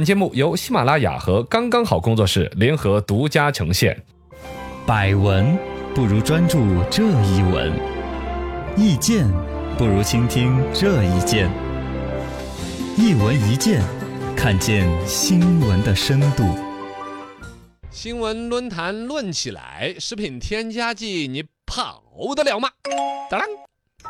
本节目由喜马拉雅和刚刚好工作室联合独家呈现。百闻不如专注这一闻，意见不如倾听这一见。一闻一见，看见新闻的深度。新闻论坛论起来，食品添加剂你跑得了吗？当然，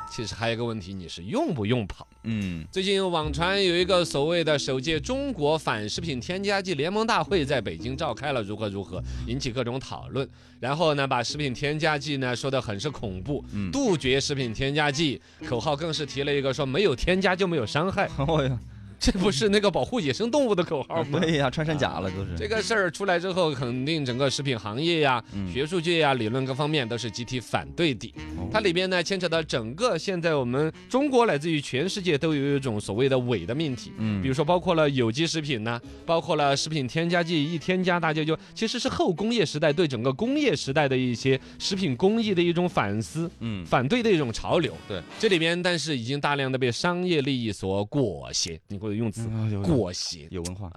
其实还有一个问题，你是用不用跑？嗯最近网传有一个所谓的首届中国反食品添加剂联盟大会在北京召开了，如何如何，引起各种讨论。然后呢，把食品添加剂呢说的很是恐怖，嗯，杜绝食品添加剂，口号更是提了一个说没有添加就没有伤害，哦呀， 这不是那个保护野生动物的口号吗？啊对呀，穿山甲了都是。这个事儿出来之后，肯定整个食品行业呀、嗯学术界呀、理论各方面都是集体反对的哦。它里边呢牵扯到整个现在我们中国乃至于全世界都有一种所谓的伪的命题。嗯比如说，包括了有机食品呐、包括了食品添加剂一添加，大家就其实是后工业时代对整个工业时代的一些食品工艺的一种反思。嗯反对的一种潮流。对，这里边但是已经大量的被商业利益所裹挟，你会用词啊有裹挟有文化，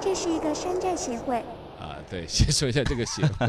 这是一个山寨协会，啊。对，先说一下这个协 会，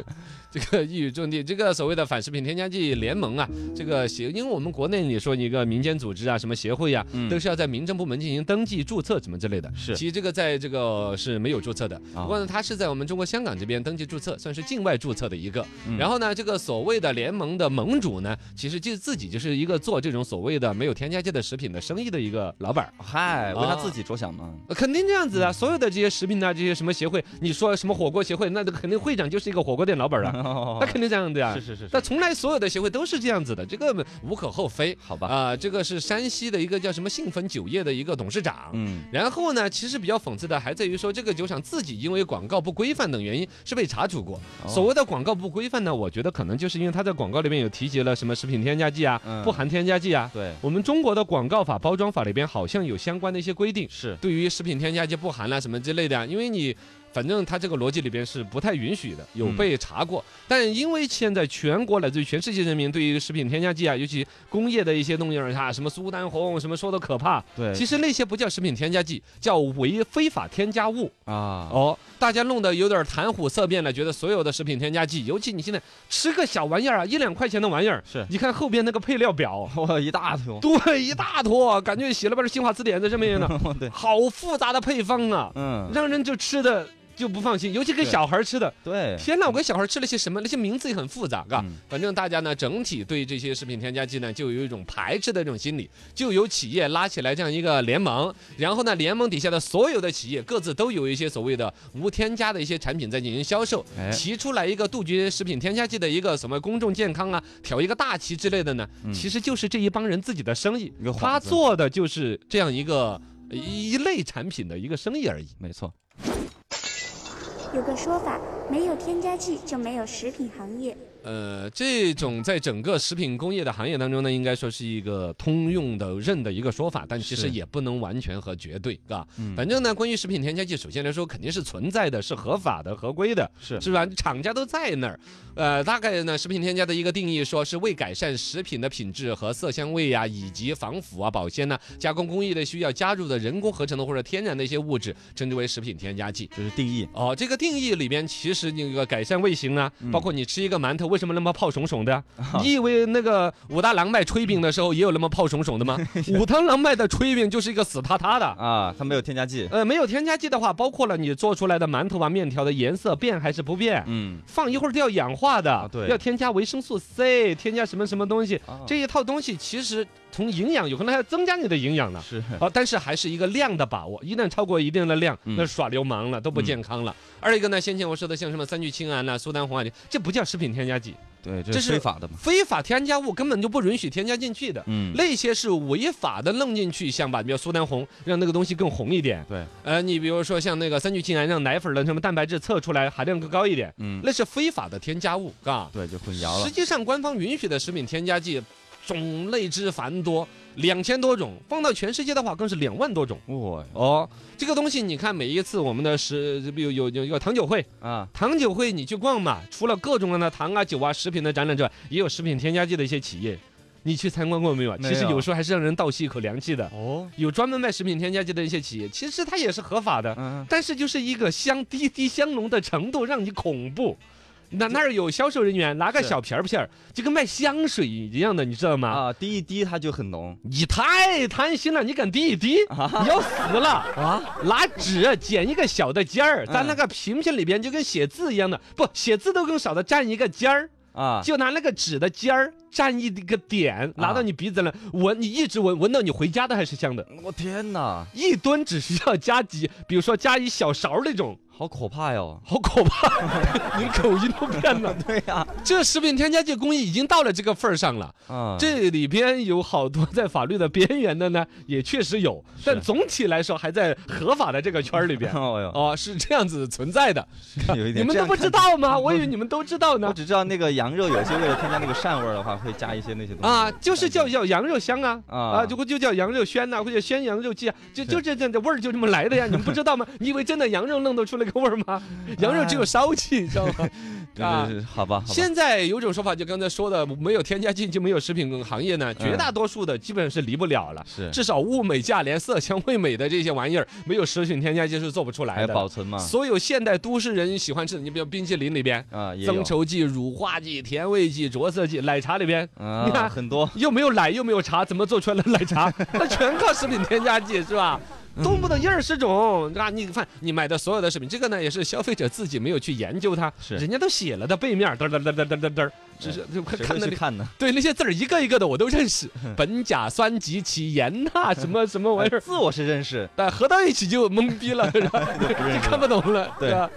这个一语中的，这个所谓的反食品添加剂联盟啊，这个协，因为我们国内你说一个民间组织啊，什么协会呀、嗯都是要在民政部门进行登记、注册什么之类的。是其实这个在这个是没有注册的，啊不过呢，它是在我们中国香港这边登记注册，算是境外注册的一个。嗯然后呢，这个所谓的联盟的盟主呢，其实就自己就是一个做这种所谓的没有添加剂的食品的生意的一个老板儿。嗨，为他啊自己着想嘛。呃肯定这样子啊，所有的这些食品啊，这些什么协会，你说什么火锅协会，那肯定会长就是一个火锅店老板儿啊， 那肯定这样的呀是。是是但是，从来所有的协会都是这样子的，这个无可厚非。好吧，啊、这个是山西的一个叫什么信丰酒业的一个董事长，嗯然后呢，其实比较讽刺的还在于说，这个酒厂自己因为广告不规范等原因是被查处过。哦所谓的广告不规范呢，我觉得可能就是因为它在广告里面有提及了什么食品添加剂啊嗯，不含添加剂啊。对我们中国的广告法、包装法里边好像有相关的一些规定，是对于食品添加剂不含啦、什么之类的啊，因为你。反正它这个逻辑里边是不太允许的，有嗯被查过。但因为现在全国乃至于全世界人民对于食品添加剂啊，尤其工业的一些东西儿啊，什么苏丹红，什么说的可怕，对其实那些不叫食品添加剂，叫违非法添加物啊，哦。大家弄得有点谈虎色变了，觉得所有的食品添加剂，尤其你现在吃个小玩意儿啊，一两块钱的玩意儿，是你看后边那个配料表，我一大坨。 对，一大坨，感觉写了本新华字典在上面 呢，哦对，好复杂的配方啊，嗯，让人就吃的就不放心，尤其给对小孩儿吃的。对，天哪，我给小孩儿吃了些什么？那些名字也很复杂，嘎、啊嗯反正大家呢整体对这些食品添加剂呢就有一种排斥的这种心理，就有企业拉起来这样一个联盟，然后呢联盟底下的所有的企业各自都有一些所谓的无添加的一些产品在进行销售，哎提出来一个杜绝食品添加剂的一个什么公众健康啊，挑一个大旗之类的呢，嗯其实就是这一帮人自己的生意一个幌，子他做的就是这样一个呃一一类产品的一个生意而已。没错，有个说法，没有添加剂就没有食品行业。呃，这种在整个食品工业的行业当中呢，应该说是一个通用的认的一个说法，但其是实也不能完全和绝对，啊。嗯反正呢，关于食品添加剂，首先来说肯定是存在的，是合法的、合规的，是是吧？厂家都在那儿。呃，大概呢，食品添加的一个定义说是为改善食品的品质和色香味呀、以及防腐啊、保鲜呐、加工工艺的需要加入的人工合成的或者天然的一些物质，称之为食品添加剂。这是定义。哦，这个定义里边其实那个改善味型啊，包括你吃一个馒头为什么那么泡怂怂的 啊？你以为那个武大郎卖炊饼的时候也有那么泡怂怂的 吗？武大郎卖的炊饼就是一个死塌塌的。啊，它没有添加剂。呃，没有添加剂的话，包括了你做出来的馒头啊、面条的颜色变还是不变，嗯，放一会儿都要氧化的，啊对要添加维生素 C，添加什么什么东西，啊这一套东西其实从营养有可能还要增加你的营养呢。是啊，但是还是一个量的把握，一旦超过一定的量，嗯那耍流氓了，都不健康了。二一个呢，先前我说的像什么三聚氰胺呐、苏丹红啊，这不叫食品添加剂，对，这这是是非法的嘛？非法添加物根本就不允许添加进去的。嗯，那些是违法的弄进去，像把比如苏丹红，让那个东西更红一点。对，呃，你比如说像那个三聚氰胺，让奶粉的什么蛋白质测出来含量更高一点，嗯，那是非法的添加物，嘎。对，就混淆实了。际上，官方允许的食品添加剂种类之繁多，两千多种，放到全世界的话，更是两万多种。哇哦，这个东西你看，每一次我们的食，比如有有有糖酒会，啊，糖酒会你去逛嘛，除了各种各样的糖啊、酒啊、食品的展览之外，也有食品添加剂的一些企业。你去参观过没有啊？没有其实有时候还是让人倒吸一口凉气的。哦，有专门卖食品添加剂的一些企业，其实它也是合法的，嗯，但是就是一个相滴滴相融的程度，让你恐怖。那那儿有销售人员拿个是小瓶儿瓶儿，就跟卖香水一样的，你知道吗？啊，滴一滴它就很浓你太贪心了，你敢滴一滴，你要死了！啊，拿纸剪一个小的尖儿，嗯在那个瓶瓶里边就跟写字一样的，不写字都更少的蘸一个尖儿，啊，就拿那个纸的尖儿蘸一个点，拿到你鼻子了，闻，你一直闻，闻到你回家的还是香的。我天哪，一吨只需要加几，比如说加一小勺那种，好可怕哟！好可怕！您口音都变了。 对呀，这食品添加剂工艺已经到了这个份儿上了，啊，这里边有好多在法律的边缘的呢，也确实有，但总体来说还在合法的这个圈儿里边。 哦哟，哦，是这样子存在的， 有一你点，们这都样不看知起来道吗？我以为你们都知道我呢。只知道那个羊肉有些为了添加那个膻味儿的话，会加一些那些东西啊，就是叫叫羊肉香啊，啊啊，就就叫羊肉轩呐、或者鲜羊肉季啊，就就这这这味儿就这么来的呀，你们不知道吗？ 你以为真的羊肉弄得出那个味儿吗？哎羊肉只有骚气，你知道吗？啊对对对，好吧，好吧，现在有种说法，就刚才说的，没有添加剂就没有食品行业嗯呢，绝大多数的基本是离不了了。是至少物美价廉、色香味美的这些玩意儿，没有食品添加剂是做不出还来有的。哎保存嘛，所有现代都市人喜欢吃的，你比如冰淇淋里边，啊，也增有稠剂、乳化剂、甜味剂、着色剂，奶茶里边。你啊，看 很多又没有奶，又没有茶，怎么做出来的奶 茶？那全靠食品添加剂，是吧？嗯动不动一二十种啊！你看你买的所有的食品，这个呢也是消费者自己没有去研究它，是人家都写了的背面，嘚儿嘚儿嘚儿嘚儿嘚儿嘚儿，只是就看谁看会那去里，看嗯呢？对那些字儿一个一个的我都认识，苯甲酸及其盐呐，什么什么玩意儿，字我是认识，呃，合到一起就懵逼了，是吧就看不懂了，对是吧？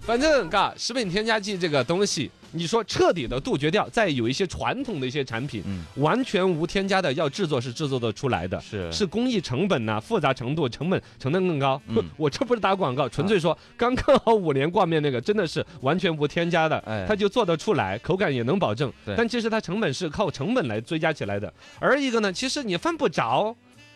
反正嘎，食品添加剂这个东西，你说彻底的杜绝掉，在有一些传统的一些产品，嗯完全无添加的，要制作是制作得出来的，是是工艺成本呐、复杂程度、成本成本更高。嗯我这不是打广告，纯粹说刚刚好五连挂面那个真的是完全无添加的，哎它就做得出来，口感也能保证对。但其实它成本是靠成本来追加起来的。而一个呢，其实你犯不着。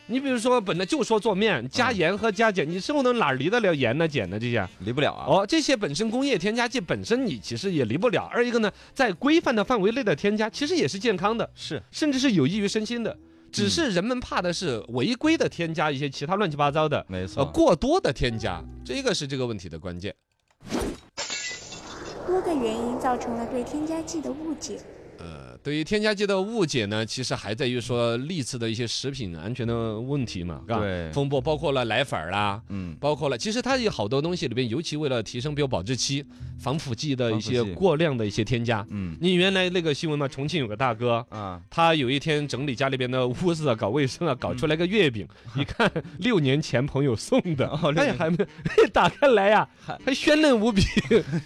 你比如说，本来就说做面加盐和加碱，你生活中哪儿离得了盐呢、碱呢这些？离不了啊。哦，这些本身工业添加剂本身你其实也离不了。二一个呢，在规范的范围内的添加，其实也是健康的，是甚至是有益于身心的。只嗯是人们怕的是违规的添加一些其他乱七八糟的，没呃，错，过多的添加，这个是这个问题的关键。多个原因造成了对添加剂的误解。呃，对于添加剂的误解呢，其实还在于说历次的一些食品安全的问题嘛，是吧对风波包括了奶粉儿啦。嗯，包括了，其实它有好多东西里边，尤其为了提升，比如保质期、防腐剂的一些防腐剂过量的一些添加，嗯你原来那个新闻嘛，重庆有个大哥。啊，他有一天整理家里边的屋子啊，搞卫生啊，搞出来嗯个月 饼，一看六年前朋友送的，哦六哎年还没 打开来呀、还鲜嫩 无比，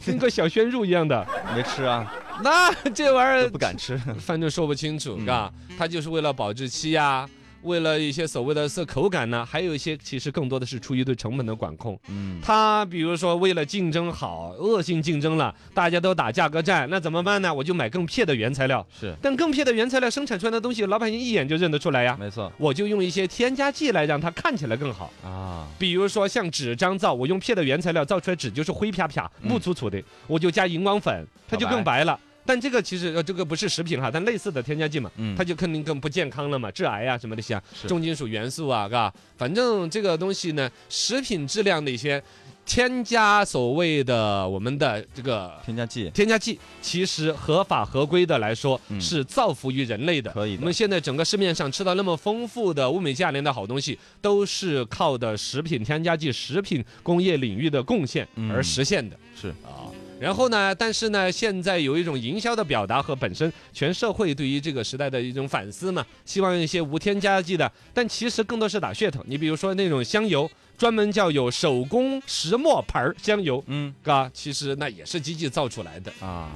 跟个小鲜肉一样的。没吃啊，那这玩意都儿不敢嗯吃。反正说不清楚，嘎、他就是为了保质期呀、为了一些所谓的色口感呢、还有一些其实更多的是出于对成本的管控。嗯，他比如说为了竞争好，恶性竞争了，大家都打价格战，那怎么办呢？我就买更撇的原材料，是但更撇的原材料生产出来的东西，老百姓一眼就认得出来呀。没错我就用一些添加剂来让它看起来更好，啊，比如说像纸张造，我用撇的原材料造出来纸就是灰啪啪、嗯木楚楚的，我就加荧光粉，它就漂白更白了。但这个其实呃这个不是食品哈，但类似的添加剂嘛，嗯它就肯定更不健康了嘛，致癌啊什么的些啊是重金属元素啊，嘎，反正这个东西呢，食品质量的一些添加，所谓的我们的这个添加剂添加剂其实合法合规的来说嗯是造福于人类的。可以的我们现在整个市面上吃到那么丰富的物美价廉的好东西，都是靠的食品添加剂、食品工业领域的贡献嗯而实现的。是啊。然后呢？但是呢，现在有一种营销的表达和本身全社会对于这个时代的一种反思嘛，希望一些无添加剂的，但其实更多是打噱头。你比如说那种香油，专门叫有手工石磨盆儿香油，嗯嘎，其实那也是机器造出来的。啊，啊，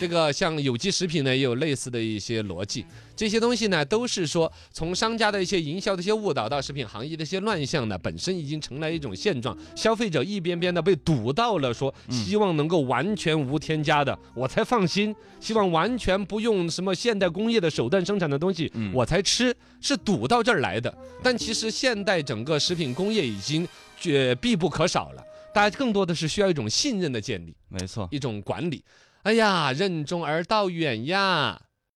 这个像有机食品呢，也有类似的一些逻辑。这些东西呢，都是说从商家的一些营销的一些误导，到食品行业的一些乱象呢，本身已经成了一种现状。消费者一遍遍的被堵到了说，嗯希望能够完全无添加的，我才放心；希望完全不用什么现代工业的手段生产的东西，嗯我才吃。是堵到这儿来的。但其实现代整个食品工业已经绝必不可少了，大家更多的是需要一种信任的建立。没错，一种管理。哎呀，任重而道远呀！